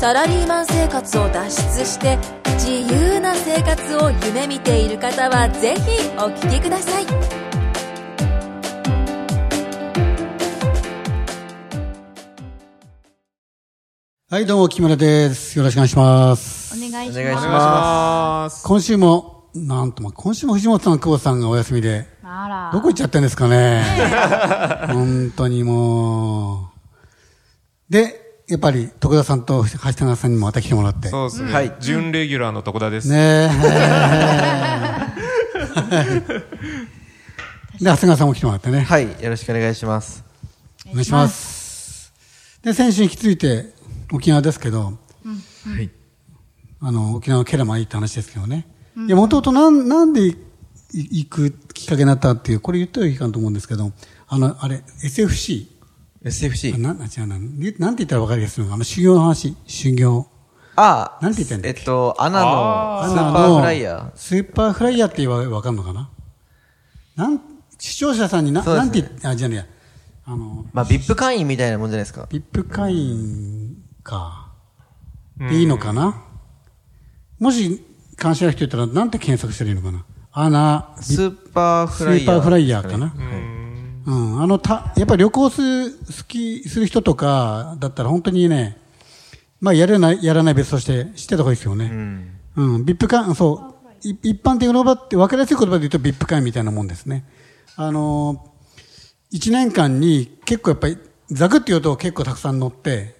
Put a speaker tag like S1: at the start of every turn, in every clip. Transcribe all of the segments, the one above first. S1: サラリーマン生活を脱出して自由な生活を夢見ている方はぜひお聞きください
S2: はい、どうも、木村です。よろしくお願いします。
S3: お願い
S4: お願いし
S3: しま
S4: ます。
S2: 今週も、なんと、まあ、今週も藤本さん、久保さんがお休みで、
S3: す。あら。
S2: どこ行っちゃってんですかね。本当にもう。で、やっぱり、徳田さんと橋田さんにもまた来てもらって。
S4: そうですね。はい。準レギュラーの徳田です。
S2: ねえ。で、長谷川さんも来てもらってね。
S5: はい、よろしくお願いします。
S2: お願いします。で、先週に引き続いて、沖縄ですけど、
S5: はい。
S2: あの、沖縄のケラマいいって話ですけどね。いや、もともとなん、なんでい行くきっかけになったっていう、これ言ったらいいかなと思うんですけど、あの、あれ、SFC。あ
S5: SFC。
S2: な、な、違うな。でなんて言ったらわかりやすいのあの、修行の話。修行。
S5: あ
S2: なんて言ったんだっ
S5: え
S2: け
S5: っと、アナの
S4: あ
S5: スーパーフライヤー。
S2: スーパーフライヤーって言えばわかるのかななん、視聴者さんにな、
S5: そうで
S2: な
S5: す
S2: ん
S5: ね
S2: て言って、あ、じゃあね、あの、
S5: まあ、VIP 会員みたいなもんじゃないですか。
S2: ビップ会員か。でいいのかな、もし、関心ある人いたら、なんて検索したらいいのかなアナ、ビッ
S5: スーパー
S2: ス
S5: フライヤー。
S2: ーパーフライヤーかな。うん。あの、た、やっぱり旅行す、好き、する人とか、だったら本当にね、まあ、やるな、やらない別として、知ってた方がいいですよね。
S5: うん。
S2: うん。ビップ感、そう。い一般的な言葉って、分かりやすい言葉で言うとビップ感みたいなもんですね。あのー、一年間に結構やっぱり、ザクって言うと結構たくさん乗って、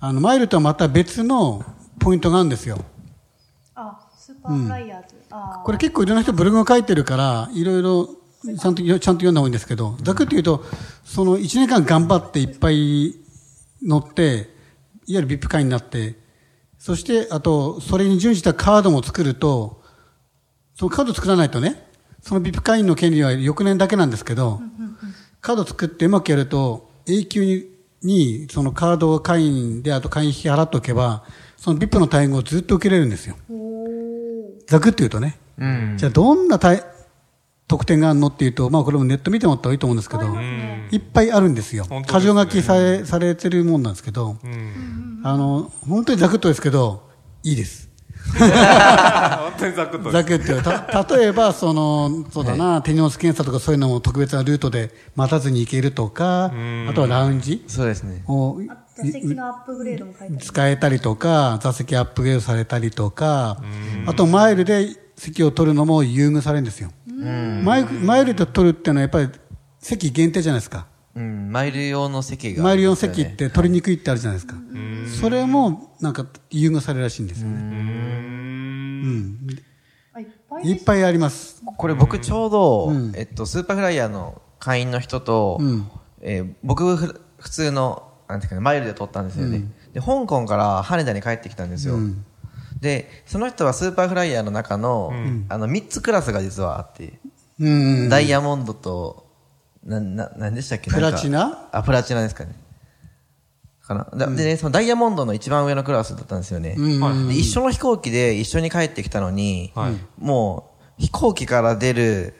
S2: あの、マイルとはまた別のポイントがあるんですよ。
S3: あ、スーパーフライヤーズ。あ
S2: これ結構いろんな人ブログを書いてるから、いろいろちゃんとちゃんと読んだ方がいいんですけど、ざくっと言うと、その1年間頑張っていっぱい乗って、いわゆる VIP 会員になって、そして、あと、それに準じたカードも作ると、そのカード作らないとね、その VIP 会員の権利は翌年だけなんですけど、カード作ってうまくやると、永久に、にそのカードを会員で、あと会員費払っておけば、その VIP の対応をずっと受けれるんですよ。ざくっと言うとね。
S5: うん。
S2: じゃあどんな対特典があるのっていうと、まあこれもネット見てもらった方がいいと思うんですけど、いっぱいあるんですよ。
S4: 本当で
S2: 箇
S4: すね
S2: 条書きされされてるもんなんですけど、
S4: うん。
S2: あの、本当にザクッとですけど、いいです。
S4: 本当にざくっとです。
S2: ザクッと。た例えば、その、そうだな、手荷物検査とかそういうのも特別なルートで待たずに行けるとか、あとはラウンジ
S5: そうですね。
S2: を
S3: 座席のアップグレードも書いてある。
S2: 使えたりとか、座席アップグレードされたりとか、あとマイルで席を取るのも優遇されるんですよ。マイマイルで取るっていうのはやっぱり席限定じゃないですか。
S5: うん。マイル用の席が。
S2: マイル用の席っ。て取りにくいってあるじゃないですか。それもなんか優遇されるらしいんですよね。
S3: あ、いっぱい
S2: い
S3: で
S2: っ
S3: す。
S2: ぱいあります。
S5: これ僕ちょうど、
S2: うん
S5: えっと、スーパーフライヤーの会員の人と、
S2: うん
S5: えー僕ふ普通の、なんていうかな、マイルで取ったんですよね。で、香港から羽田に帰ってきたんですよ。
S2: うん
S5: で、その人はスーパーフライヤーの中の、あの、3つクラスが実はあって、
S2: うん。
S5: ダイヤモンドと、な、な、なんでしたっけ
S2: プラチナ
S5: なんかあ、プラチナですかね。かな。だでね、そのダイヤモンドの一番上のクラスだったんですよね。
S2: うん
S5: で一緒の飛行機で一緒に帰ってきたのに、
S4: はい
S5: もう飛行機から出る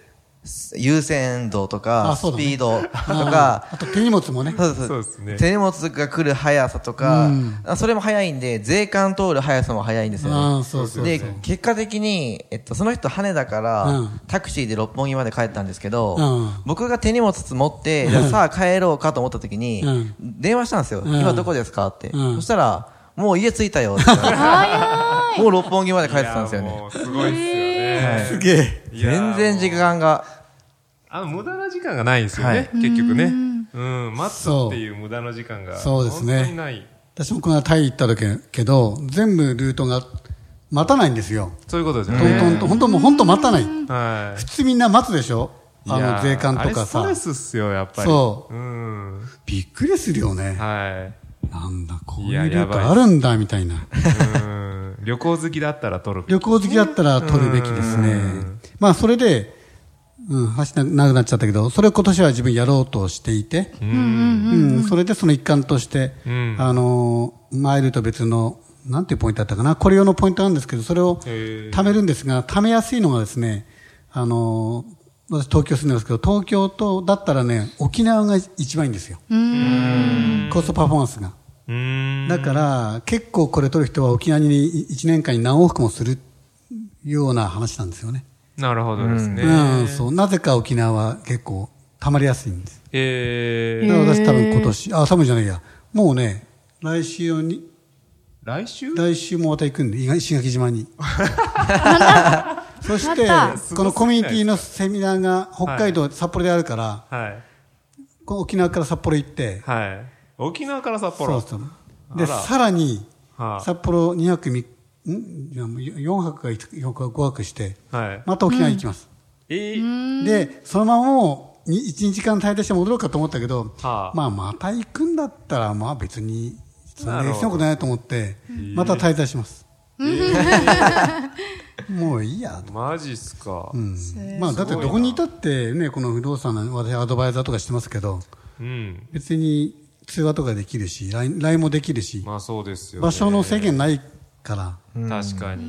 S5: 優先度と
S2: あ
S5: か、
S2: そ
S5: ス
S2: うだね
S5: ピードと
S2: あ
S5: か、
S2: あと手荷物もね。
S5: そうです
S4: そうですね
S5: 手荷物が来る速さとか、あそれも速いんで、税関通る速さも速いんです
S2: あ
S5: よ
S2: あ
S5: ね。
S2: そうそうそう
S5: で、結果的に、えっと、その人羽田から、
S2: うん
S5: タクシーで六本木まで帰ったんですけど、
S2: うん
S5: 僕が手荷物持って、じゃあさあ帰ろうかと思った時に、
S2: うん
S5: 電話したんですよ。
S2: ん
S5: 今どこですかって。
S2: うん
S5: そしたら、もう家着いた よって言われてもう六本木まで帰ってたんですよ
S4: いや
S5: ね。
S4: もうすごいですよね。
S2: すげえ。
S4: いや
S5: 全然時間が。
S4: あの、無駄な時間がないんですよね、
S5: はい
S4: 結局ね。うん、待つっていう無駄な時間が。
S2: そうそうですね
S4: 本当にない。
S2: 私もこの間タイ行った時けど、全部ルートが待たないんですよ。
S4: そういうことです
S2: ト
S4: よ
S2: ン
S4: ね。
S2: トンと、本当もう本当待たない。
S4: はい
S2: 普。通みんな待つでしょ
S4: い
S2: あ
S4: や
S2: の税関とか
S4: あ
S2: さ
S4: れ。ストレスっすよ、やっぱり。。
S2: そう
S4: うん。
S2: びっくりするよね。
S4: は
S2: なんだ、こう
S4: い
S2: い
S4: や
S2: うル
S4: や
S2: ー
S4: ばい
S2: トあるんだ、みたいな。
S4: い。うん。旅行好きだったら撮るべき。
S2: 旅行好きだったら取るべきですね。まあ、それで、うん、箸ななくなっちゃったけど、それを今年は自分やろうとしていて、うん、それでその一環として、
S4: うん
S2: あのー、マイルと別の、なんていうポイントだったかな、これ用のポイントなんですけど、それを
S4: へー
S2: 貯めるんですが、貯めやすいのがですね、あのー、私東京住んでますけど、東京とだったらね、沖縄が一番いいんですよ。コストパフォーマンスが。
S4: うーん。
S2: だから、結構これ取る人は沖縄に1年間に何往復もするような話なんですよね。
S4: なるほどですね。
S2: うん、そう。なぜか沖縄は結構溜まりやすいんです。
S4: え
S2: だ
S4: ー、
S2: から私多分今年、あ、多分じゃないや。もうね、来週に、
S4: 来週
S2: 来週もまた行くんで、石垣石垣島に。そして
S4: た、
S2: このコミュニティのセミナーが北海道、札幌であるから、
S4: はい。
S2: この沖縄から札幌行って、
S4: はい。沖縄から札
S2: そ
S4: 幌。
S2: うそう。で、
S4: あら
S2: さらに、
S4: は
S2: 札幌2泊3、んじゃあもう4泊か4泊5泊して、
S4: あ、はい。
S2: また沖縄行きます。
S4: えー、
S2: で、そのままもうに1、2時間滞在して戻ろうかと思ったけど、
S4: はあ
S2: まあ、また行くんだったら、まあ別に、そんな
S4: なる
S2: に
S4: ほ
S2: そん
S4: ど
S2: なことないと思って、また滞在します。 もういいや。
S4: マジっすか。う。
S2: うんんまあ、だってどこにいたって、ね、この不動産の私アドバイザーとかしてますけど、別に通話とかできるし、LINE LINE もできるし、
S4: まあそうですよ、ね。
S2: 場所の制限ないから、
S4: 確かに。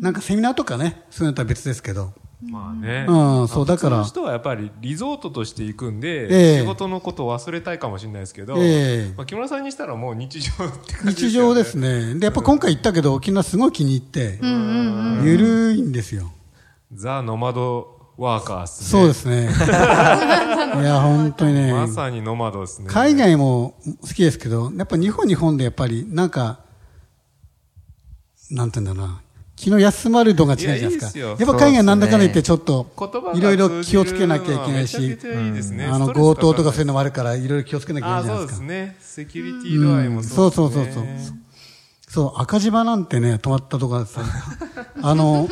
S2: なんかセミナーとかね、そういうのとは別ですけど、
S4: まあね。
S2: うん、そう、だか
S4: その
S2: ら、
S4: 人はやっぱりリゾートとして行くんで、
S2: ええ
S4: 仕事のことを忘れたいかもしれないですけど、
S2: ええ
S4: まあ、木村さんにしたらもう日常って感じ
S2: 日
S4: ですよ
S2: 常
S4: ね。
S2: ですね。で、やっぱ今回行ったけど、沖縄すごい気に入って、ゆるいんですよ。
S4: ザ・ノマドワーカーっすね。
S2: そうです ね。いや、本当にね。
S4: まさにノマドですね。
S2: 海外も好きですけど、やっぱ日本日本でやっぱり、なんか、なんて言うんだろうな。気の休まる度が違うじゃないですか。
S4: いやいいですよ
S2: やっぱ海外なんだかんだ言ってちょっと
S4: 言葉が、
S2: いろいろ気をつけなきゃいけない
S4: 通じ
S2: し
S4: るのはめちゃ、くちゃいいですね
S2: あの、
S4: ストレ
S2: 強
S4: スかかん
S2: 盗
S4: ない
S2: とかそういうのもあるから、いろいろ気をつけなきゃ
S4: あ
S2: い
S4: あ、
S2: けないじゃな
S4: そ
S2: いうで
S4: ですす
S2: か。
S4: ね。セキュリティ度合いもそうですね。
S2: うんそうそうそうそう、赤字場なんてね、泊まったとこはさ、あの、
S4: はい。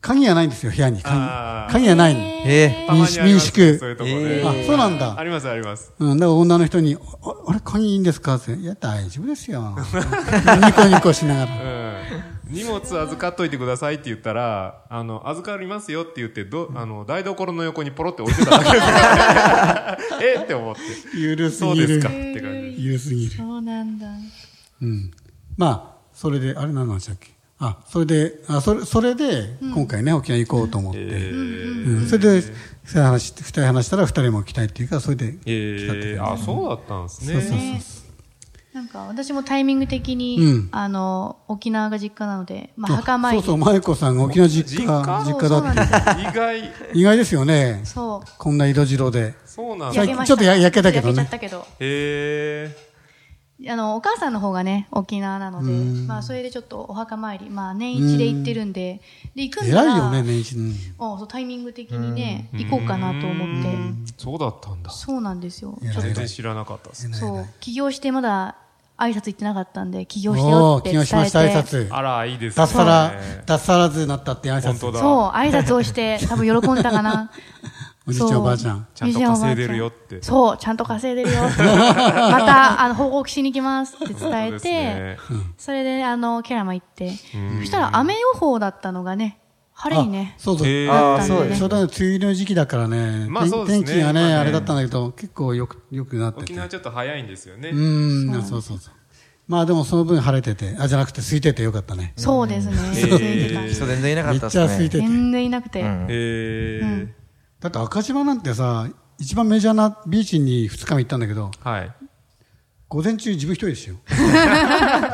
S2: 鍵がないんですよ、部屋に。
S4: あ
S2: 鍵鍵
S4: ー
S2: がないの。
S5: え
S4: たまにありますね
S2: 民宿
S4: そういうとこね
S5: えー
S2: あ、そうなん
S4: あ
S2: だ。
S4: りますあります。
S2: うん、だから女の人に、ああれ、鍵いいんですかって、いや、大丈夫ですよ。 ニコニコしなが
S4: う
S2: ら。
S4: ん。荷物預かっといてくださいって言ったら、あの、預かりますよって言って、ど、あの、台所の横にポロって置いてただけですねえって思って。
S2: ゆるす
S4: そう
S2: ぎ
S4: です
S2: る
S4: かっ。て感じ。
S2: ゆるすぎる。
S3: そうなんだ。
S2: うん。まあ、それで、あれ何の話だっけあ、それで、あ、それ、それで、今回ね、沖縄行こうと思って。うん。それで、二人話して、二人話したら二人も来たいっていうから、それで来たって
S4: ええ
S2: 感
S4: あ、
S2: じ
S4: そうだったんですね。
S3: ねなんか私もタイミング的に、
S2: うん
S3: あの沖縄が実家なので、まあ、
S2: あ
S3: 墓参り
S2: そうそう、舞子さんが沖縄実家、
S4: 実家
S2: 実家だ
S3: そうそうな
S2: っ
S3: ん
S2: て
S3: で。す
S4: 意外、
S2: 意外ですよね。
S3: そ
S2: こんな色白で。
S4: そうなんだ。
S3: う
S2: 最近
S4: へ
S3: 焼けま
S2: ちょっ
S3: し
S2: とや焼けたけどね
S3: 焼ちゃったけど
S4: え
S3: あのお母さんの方がね沖縄なので、まあ、それでちょっとお墓参り、まあ、年一で行ってるんでで行くんだ
S2: 偉い
S3: ら
S2: よね、年一に。
S3: あそうタイミング的にね行こうかなと思って
S4: そうだったんだ。
S3: そうなんですよ
S2: 偉い
S3: ちょっ
S4: 全然知らなかったです。
S3: とそう起業してまだ挨拶行ってなかったんで起業して
S2: お
S3: よ
S2: お
S3: っ
S2: ー、
S3: て伝
S2: 昨
S3: え
S2: 日しました、挨
S3: て
S2: 拶。
S4: あら、いいですね。
S2: 脱サラ、脱サラずなったって挨拶。
S4: 本当だ
S3: そう挨拶をして多分喜んだ かな
S2: おじいちゃん
S3: そう
S2: おばあちゃん
S4: ちゃんと稼いでるよって
S3: そう、ちゃんと稼い でるよ。また、あの、報告しに来ますって伝
S4: 本当
S3: え
S4: です
S3: て、
S4: ね
S3: それで、あの、ケラマ行って、そしたら雨予報だったのがね、晴れにね
S2: あ、そうそう。
S4: へー
S3: だっ
S5: あ
S3: た
S5: そ
S3: ん
S5: う
S3: で
S5: で
S3: ね
S2: ちょ。うどね梅雨の時期だからね、
S4: まあ
S2: 天
S4: そうですね
S2: 天気がね、
S4: まあね
S2: あれだったんだけど、結構よく、よくなって
S4: 沖
S2: て。
S4: 縄ちょっと早いんですよね。
S2: うーん、そうそうそう。まあでもその分晴れてて、あ、じゃなくて空いててよかったね。
S3: そうですね。
S4: え
S5: ー人全然いなか
S2: め
S5: っ
S2: った
S5: っ
S2: ちゃ
S5: す
S2: 空い
S5: ね。
S2: てて。
S3: 全然いなくて。
S5: ん
S4: えー
S2: だって赤島なんてさ、一番メジャーなビーチに2日目行ったんだけど、
S4: はい。
S2: 午前中自分一人ですよ。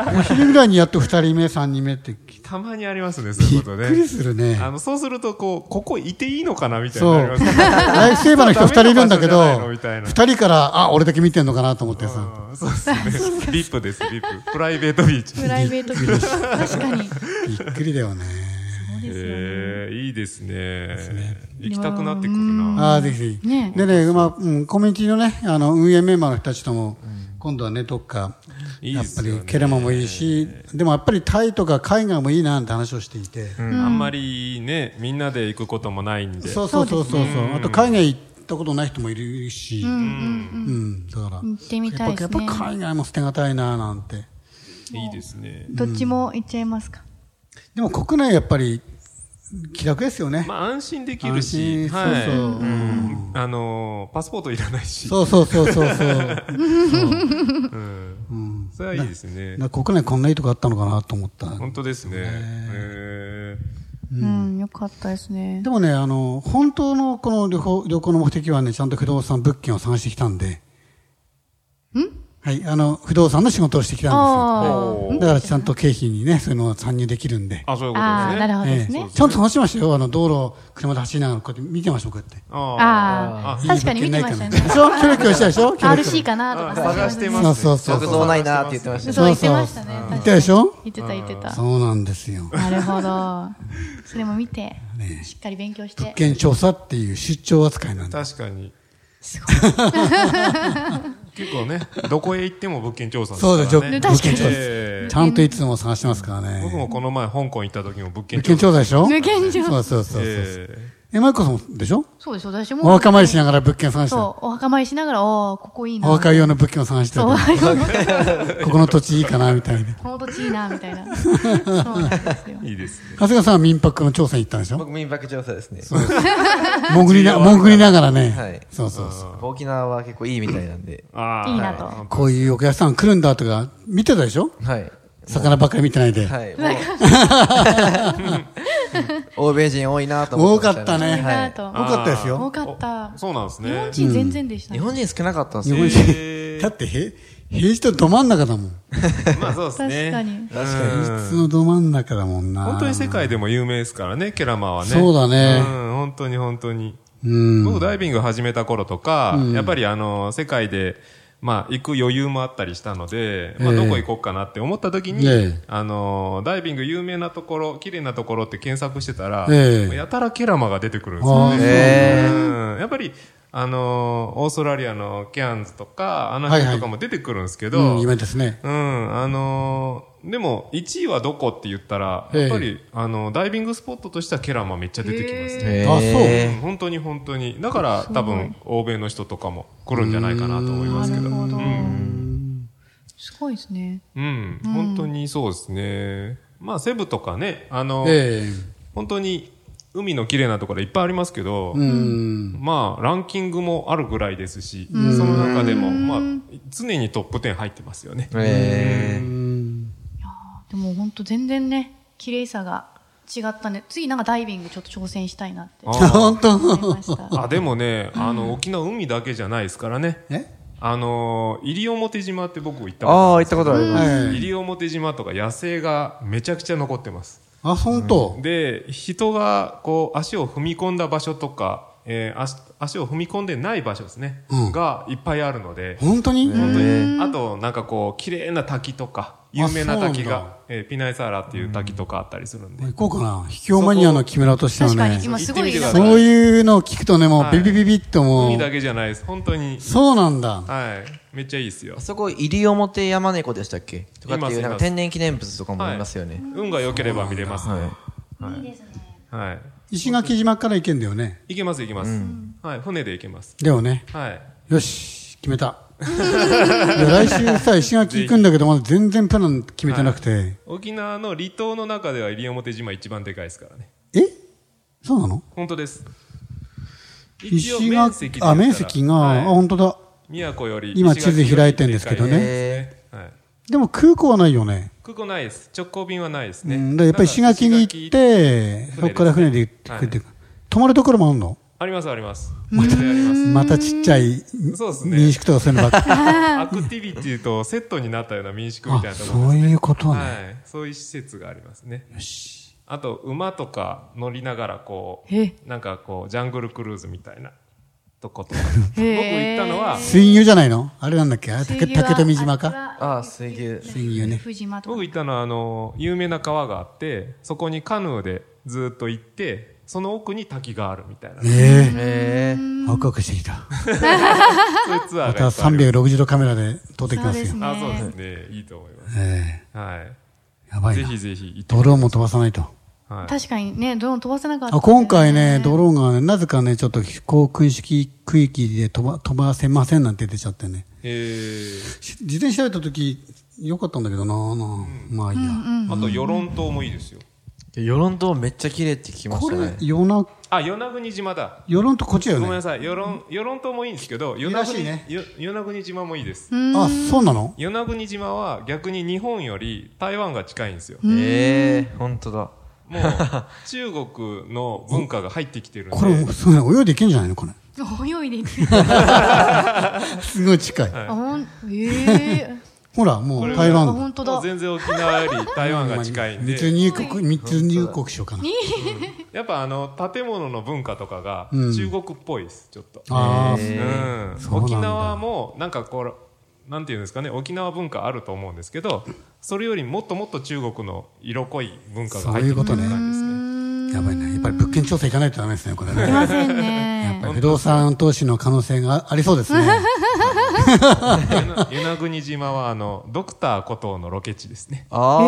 S2: お昼ぐらいにやっと2人目、3人目って来て
S4: たまにありますね、そうい
S2: び
S4: う
S2: っ
S4: こと
S2: くり
S4: ね。
S2: するね。
S4: あの、そうすると、こう、ここいていいのかなみたいに
S2: そ
S4: なりま
S2: う。
S4: すね
S2: ライフセーバーの人2人いるんだけ
S4: ダメな場所じゃないの
S2: ど、
S4: みたいな
S2: 2人から、あ、俺だけ見てんのかなと思ってさ。
S4: うんそうですね。リップです、リップ。プライベートビーチ。
S3: プライベートビーチ。確かに。
S2: びっくりだよね。
S4: えーいいですね。行きたくなってくるな。
S2: ああ、ぜひぜひ。
S3: ねえ
S2: でね、まあ、うん、コミュニティのね、あの、運営メンバーの人たちとも、今度はね、どっか、
S4: いい
S2: や
S4: で
S2: っぱ
S4: すよ
S2: り
S4: ね。
S2: ケラマもいいし、でもやっぱりタイとか海外もいいななんて話をしていて、
S4: うんあんまりね、みんなで行くこともないんで。
S2: そうそうそうそうそう、あと海外行ったことない人もいるし、うん、だから、
S3: 行ってみたいです
S2: やっぱ
S3: ね
S2: やっ。ぱ海外も捨てがたいななんて。
S4: いいですね。
S3: どっちも行っちゃいますか。
S2: でも国内やっぱり、気楽ですよね。
S4: まあ安心できるし、
S2: 安心
S4: はい。
S2: そうそう
S4: うんあのーパスポートいらないし、
S2: そうそうそうそう そう。
S4: うん
S2: うん
S4: それはいいですね。
S2: な国内こんないいとこあったのかなと思った。
S4: 本当ですね。へ
S3: うん、よかったですね
S2: で。もね、あの、本当のこの旅行、旅行の目的はね、ちゃんと不動産物件を探してきたんで。んはい、あの、不動産の仕事をしてきたん
S4: ー
S3: あ
S4: お
S2: ですよ。だからちゃんと経費にね、そういうのが参入できるんで。
S4: あ、そういう
S3: あ、
S4: ことですね。
S3: ああ、なるほどですね。
S2: ちゃんと話しましたよ。あの、道路、車で走りながらこうやって見てましたもん、こうやって。
S3: ああ、
S2: いい
S3: 確かに見てま
S2: 物
S3: し
S2: 件な
S3: た
S2: いかな
S3: ね。
S2: でしょ協力したでしょ協力
S3: RC かなとか
S4: あ探してます
S2: そう
S4: ね。
S2: そうそう
S5: 木造ないなって言ってましたね
S3: そう言ってましたね。
S2: 言ったでしょ
S3: 言ってた言ってた。
S2: そうなんですよ。
S3: なるほど。それも見て、しっかり勉強して。
S2: 現調査っていう出張扱いなんで。
S4: 確かに。 結構ね、どこへ行っても物件調査ですか
S2: そ
S4: ら
S2: う
S4: ね。
S2: だ、ちょ物
S3: ね確か
S2: 件
S3: に
S2: 調査です。
S4: え
S2: ちゃんといつも探してますから
S4: え
S2: ね。
S4: 僕もこの前、香港行った時も物件
S2: 物件調
S4: 調査。
S2: 査でしょ
S3: 無限上
S2: そうそうそうそう。
S4: ええ
S2: え、マイコさんもでしょ
S3: そうです、私も。
S2: お墓参りしながら物件探してる。
S3: そう、お墓参りしながら、おおここいいな。
S2: お墓用の物件を探してる
S3: そう、。お墓用の
S2: ここの土地いいかな、みたい な。
S3: この土地いいな、みたいな。そうなんですよ。
S4: いいですね。
S2: 長谷川さんは民泊の調査に行ったんでしょ
S5: 僕民泊調査ですね
S2: 潜り な、潜りながらね。
S5: はい
S2: そうそうそう。
S5: 沖縄は結構いいみたいなんで
S4: ああ
S3: いいなと
S4: は
S2: こういうお客さん来るんだとか、見てたでしょ
S5: はい
S2: 魚ばっかり見てないで。
S5: はいもう 欧米人多いなと思
S2: 多
S5: って
S2: か
S5: まし
S2: った
S5: たね
S2: ね。
S3: 多か
S5: は
S3: っ
S5: い
S3: た
S2: 多かったです
S3: 多
S2: よ。
S3: かった
S4: い。。そうなんです
S3: 日本
S4: ね。
S3: 人全然でした
S5: 日
S3: ね。
S5: 本人少なかったんです
S2: 日本
S5: よ
S4: へ
S2: 人。
S4: ー
S2: だって、へ、平日のど真ん中だもん。
S4: まあそうですね。
S3: 確かに
S5: 確か
S4: うん
S2: 平日のど真ん中だもんな。
S4: 本当に世界でも有名ですからね、ケラマはね。
S2: そうだね
S4: うん、本当に本当に。
S2: うん。
S4: 僕ダイビング始めた頃とか、やっぱりあの、世界で、まあ、行く余裕もあったりしたので、まあ、
S2: ええ
S4: どこ行こうかなって思った時に、
S2: ええ
S4: あの、ダイビング有名なところ、綺麗なところって検索してたら、
S2: ええ
S4: やたらケラマが出てくるんですよ
S2: あ
S4: ね
S2: ー。
S5: へ
S4: うんやっぱり、あの、オーストラリアのケアンズとか、あの辺とかも出てくるんですけど、
S2: うん、夢ですね。
S4: うん、あのーでも、1位はどこって言ったら、
S2: ええ
S4: やっぱり、あの、ダイビングスポットとしてはケラマめっちゃ出てきます
S5: ー
S4: ね。
S2: あそう
S5: へ
S4: うん本当に本当に。だから、多分、欧米の人とかも来るんじゃないかなと思いま
S3: な
S4: すけ
S3: る
S4: ど。
S3: ほど
S4: う。
S3: すごいですね。
S4: うん、本当にそうですね。まあ、セブとかね、あの、
S2: え
S4: 本当に、海の綺麗なところいっぱいありますけど、
S2: え。うん。
S4: まあ、ランキングもあるぐらいですし、その中でも、まあ、常にトップ10入ってますよ ね。
S5: え
S2: う
S5: へえ
S2: ん
S3: でも本当全然ね、綺麗さが違ったね。次なんかダイビングちょっと挑戦したいなって
S4: あ
S3: 思
S4: ー
S2: 本当
S3: いました。
S4: あでもね、あの沖縄海だけじゃないですからね。
S2: え
S4: あのー西表島って僕行ったこと
S5: あ
S4: あ
S5: あ行っ
S4: るんです
S5: たことあります
S4: けど
S2: はい。
S4: 西表島とか野生がめちゃくちゃ残ってます。
S2: あ、本当。
S4: で、人がこう足を踏み込んだ場所とか、えー足足を踏み込んでない場所ですね、
S2: うん
S4: がいっぱいあるので、
S2: 本当に
S4: 本当に、あとなんかこう、綺麗な滝とか、有名な滝
S2: そうなんだ
S4: が、えーピナイサーラっていう滝とかあったりするんで。
S2: 行こうかな。秘境マニアの木村としては
S3: 確か
S2: ね
S3: に、。今すご
S4: 行
S3: い
S4: ってみてくださ
S2: そういうのを聞くとね、もう
S4: はい
S2: ビビビビっても
S4: 海
S2: う。
S4: だけじゃないです、本当に。
S2: そうなんだ。
S4: はい。めっちゃいいですよ
S5: あ。そこ西表山猫でしたっけとかって
S4: いま
S5: い
S4: す
S5: うなん
S4: いま
S5: か
S4: す
S5: 天然記念物とかもいますよね
S4: 運が良ければ見れますね。
S5: は
S4: はい。
S2: 石垣島から行けんだよね。
S4: 行けます行けます、はい船で行けます
S2: でもね、
S4: はい
S2: よし、決め た。いや来週さ、石垣行くんだけど、まだ全然プラン決めてなくて。
S4: 沖縄の離島の中では西表島一番でかいですからね
S2: えそうなの
S4: 本当です一応
S2: 石
S4: 面積
S2: 垣、
S4: で言ったら
S2: あ、面積が、
S4: は
S2: あ、本当だ。
S4: い、宮古より
S2: 今
S4: 石垣より
S2: 地図開いてんですけどね
S4: でかいですねはい、
S2: でも空港はないよね。
S4: 空港ないです直行便はないです
S2: う
S4: ね、
S2: ん、だからやっぱり石垣に行っ
S4: だから石垣
S2: て、そこから船で行くっていうか。泊まるところもあるの
S4: ありますあります全然あります
S2: またちっちゃい
S4: そうですね
S2: 民宿とかそういうの ばっか
S4: アクティビティとセットになったような民宿みたい
S2: あ、
S4: なとこ
S2: そ
S4: ろ
S2: う
S4: です
S2: いうことね。
S4: はい、そういう施設がありますねあと馬とか乗りながらこ
S3: え
S4: うなんかこうジャングルクルーズみたいなとことか
S3: へ
S4: 僕
S3: ー
S4: 行ったのは
S2: 水牛じゃないのあれなんだっけあれ
S3: 水
S2: 竹
S3: 牛は
S2: 竹富島か
S5: ああ水牛
S2: 水牛ね。
S3: 富士島と
S4: 僕
S3: か
S4: 行ったのはあの有名な川があってそこにカヌーでずっと行ってその奥に滝があるみたいなそういう
S2: ね
S5: へえ
S2: え。ワクワクしてきた。
S4: ツアー
S2: ま
S4: がい
S2: た
S4: っぱいある
S2: 360度カメラで撮ってきます
S3: そうで
S2: よ
S3: す。ね
S4: あそうですねいいと思います
S2: え
S4: は
S2: えやば
S4: い
S2: い
S4: ぜ
S2: な。
S4: ひぜひ行って
S2: ドローンも飛ばさないと。
S4: はい
S3: 確かにね、ドローン飛ばせなかった
S2: あ
S3: です。
S2: 今回ね、ドローンがね、なぜかね、ちょっと飛行空式区域で飛ば飛ばせませんなんて出ちゃってね。
S4: えー
S2: し自転車やった時、よかったんだけどなぁなぁまあいいや。
S4: あと与論島もいいですよ
S5: 与論島めっちゃ綺麗って聞きまし
S2: こ
S5: た
S2: れ
S5: ね、。
S2: 与那、
S4: あ、与那国島だ。
S2: 与論とこっちだよ
S4: ごめんな
S2: ね。
S4: さい。与論、与論島もいいんですけど、与
S2: いい
S4: 那
S2: らし
S4: 国、
S2: いね
S4: よ与那国島もいいです。
S2: あ、そうなの
S4: 与那国島は逆に日本より台湾が近いんですよ。
S5: ええ、本当だ。
S4: もう、 中国の文化が入ってきてるんで。
S2: これ、すごい、泳いでいけんじゃないのこれ。
S3: 泳いでいく。
S2: すごい近い。
S4: はい
S3: あ、ほん、ええ。
S2: ほら、もう台
S3: あ、
S2: 湾。
S3: 本当だ。
S4: もう全然沖縄より台湾が近いんで
S2: 密入国、密入国しようかな。
S4: やっぱあの建物の文化とかが
S2: うん
S4: 中国っぽいですちょっと、
S2: ああ、
S5: え
S4: うん
S2: そうなんだ
S4: 沖縄もなんかこうなんていうんですかね沖縄文化あると思うんですけどそれよりもっともっと中国の色濃い文化が入ってきてる感じですね
S2: やばいね。やっぱり物件調査行かないとダメですね、これ
S3: い
S2: ね。
S3: ません
S2: やっぱ
S3: ね。
S2: り不動産投資の可能性がありそうですね。
S4: 与那国島はあのドクターコトーのロケ地ですね
S5: あ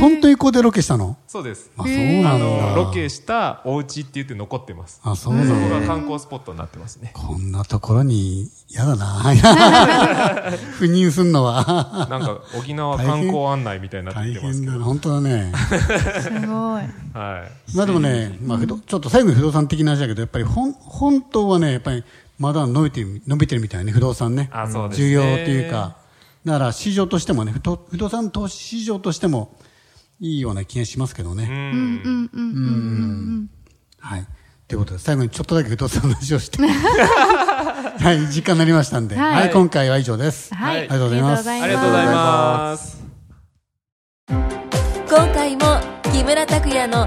S2: 本当にここでロケしたの
S4: そうです
S2: あ、そうな
S4: あ
S2: んだ。
S4: のロケしたお家って言って残ってます
S2: あ、そうなん
S4: そ
S2: だ。
S4: こが観光スポットになってますね
S2: こんなところに、嫌だ な。 赴任すんのは。
S4: なんか沖縄観光案内みたいになって
S2: 大
S4: きてま
S2: 変
S4: すけ
S2: だ
S4: ど
S2: な。本当だね。
S3: すごい。
S4: はい
S2: まあでもね、まあ、不動ちょっと最後に不動産的な話だけど、やっぱり本本当はね、やっぱりまだ伸びてる伸びてるみたいね、不動産ね。
S4: あそうですね
S2: 需要っていうか。だから市場としてもね、不動不動産投資市場としてもいいような気がしますけど
S4: う
S2: ね。
S4: ん
S3: うんうんうんうん
S2: はい。ということで、最後にちょっとだけ不動産の話を して。はい、時間になりましたんで。
S3: はい
S2: はい、今回は以上です。
S3: うん。は
S4: あ
S3: い。
S4: り
S2: がとうございます
S4: ありがとうございます
S1: 今回も木村拓哉の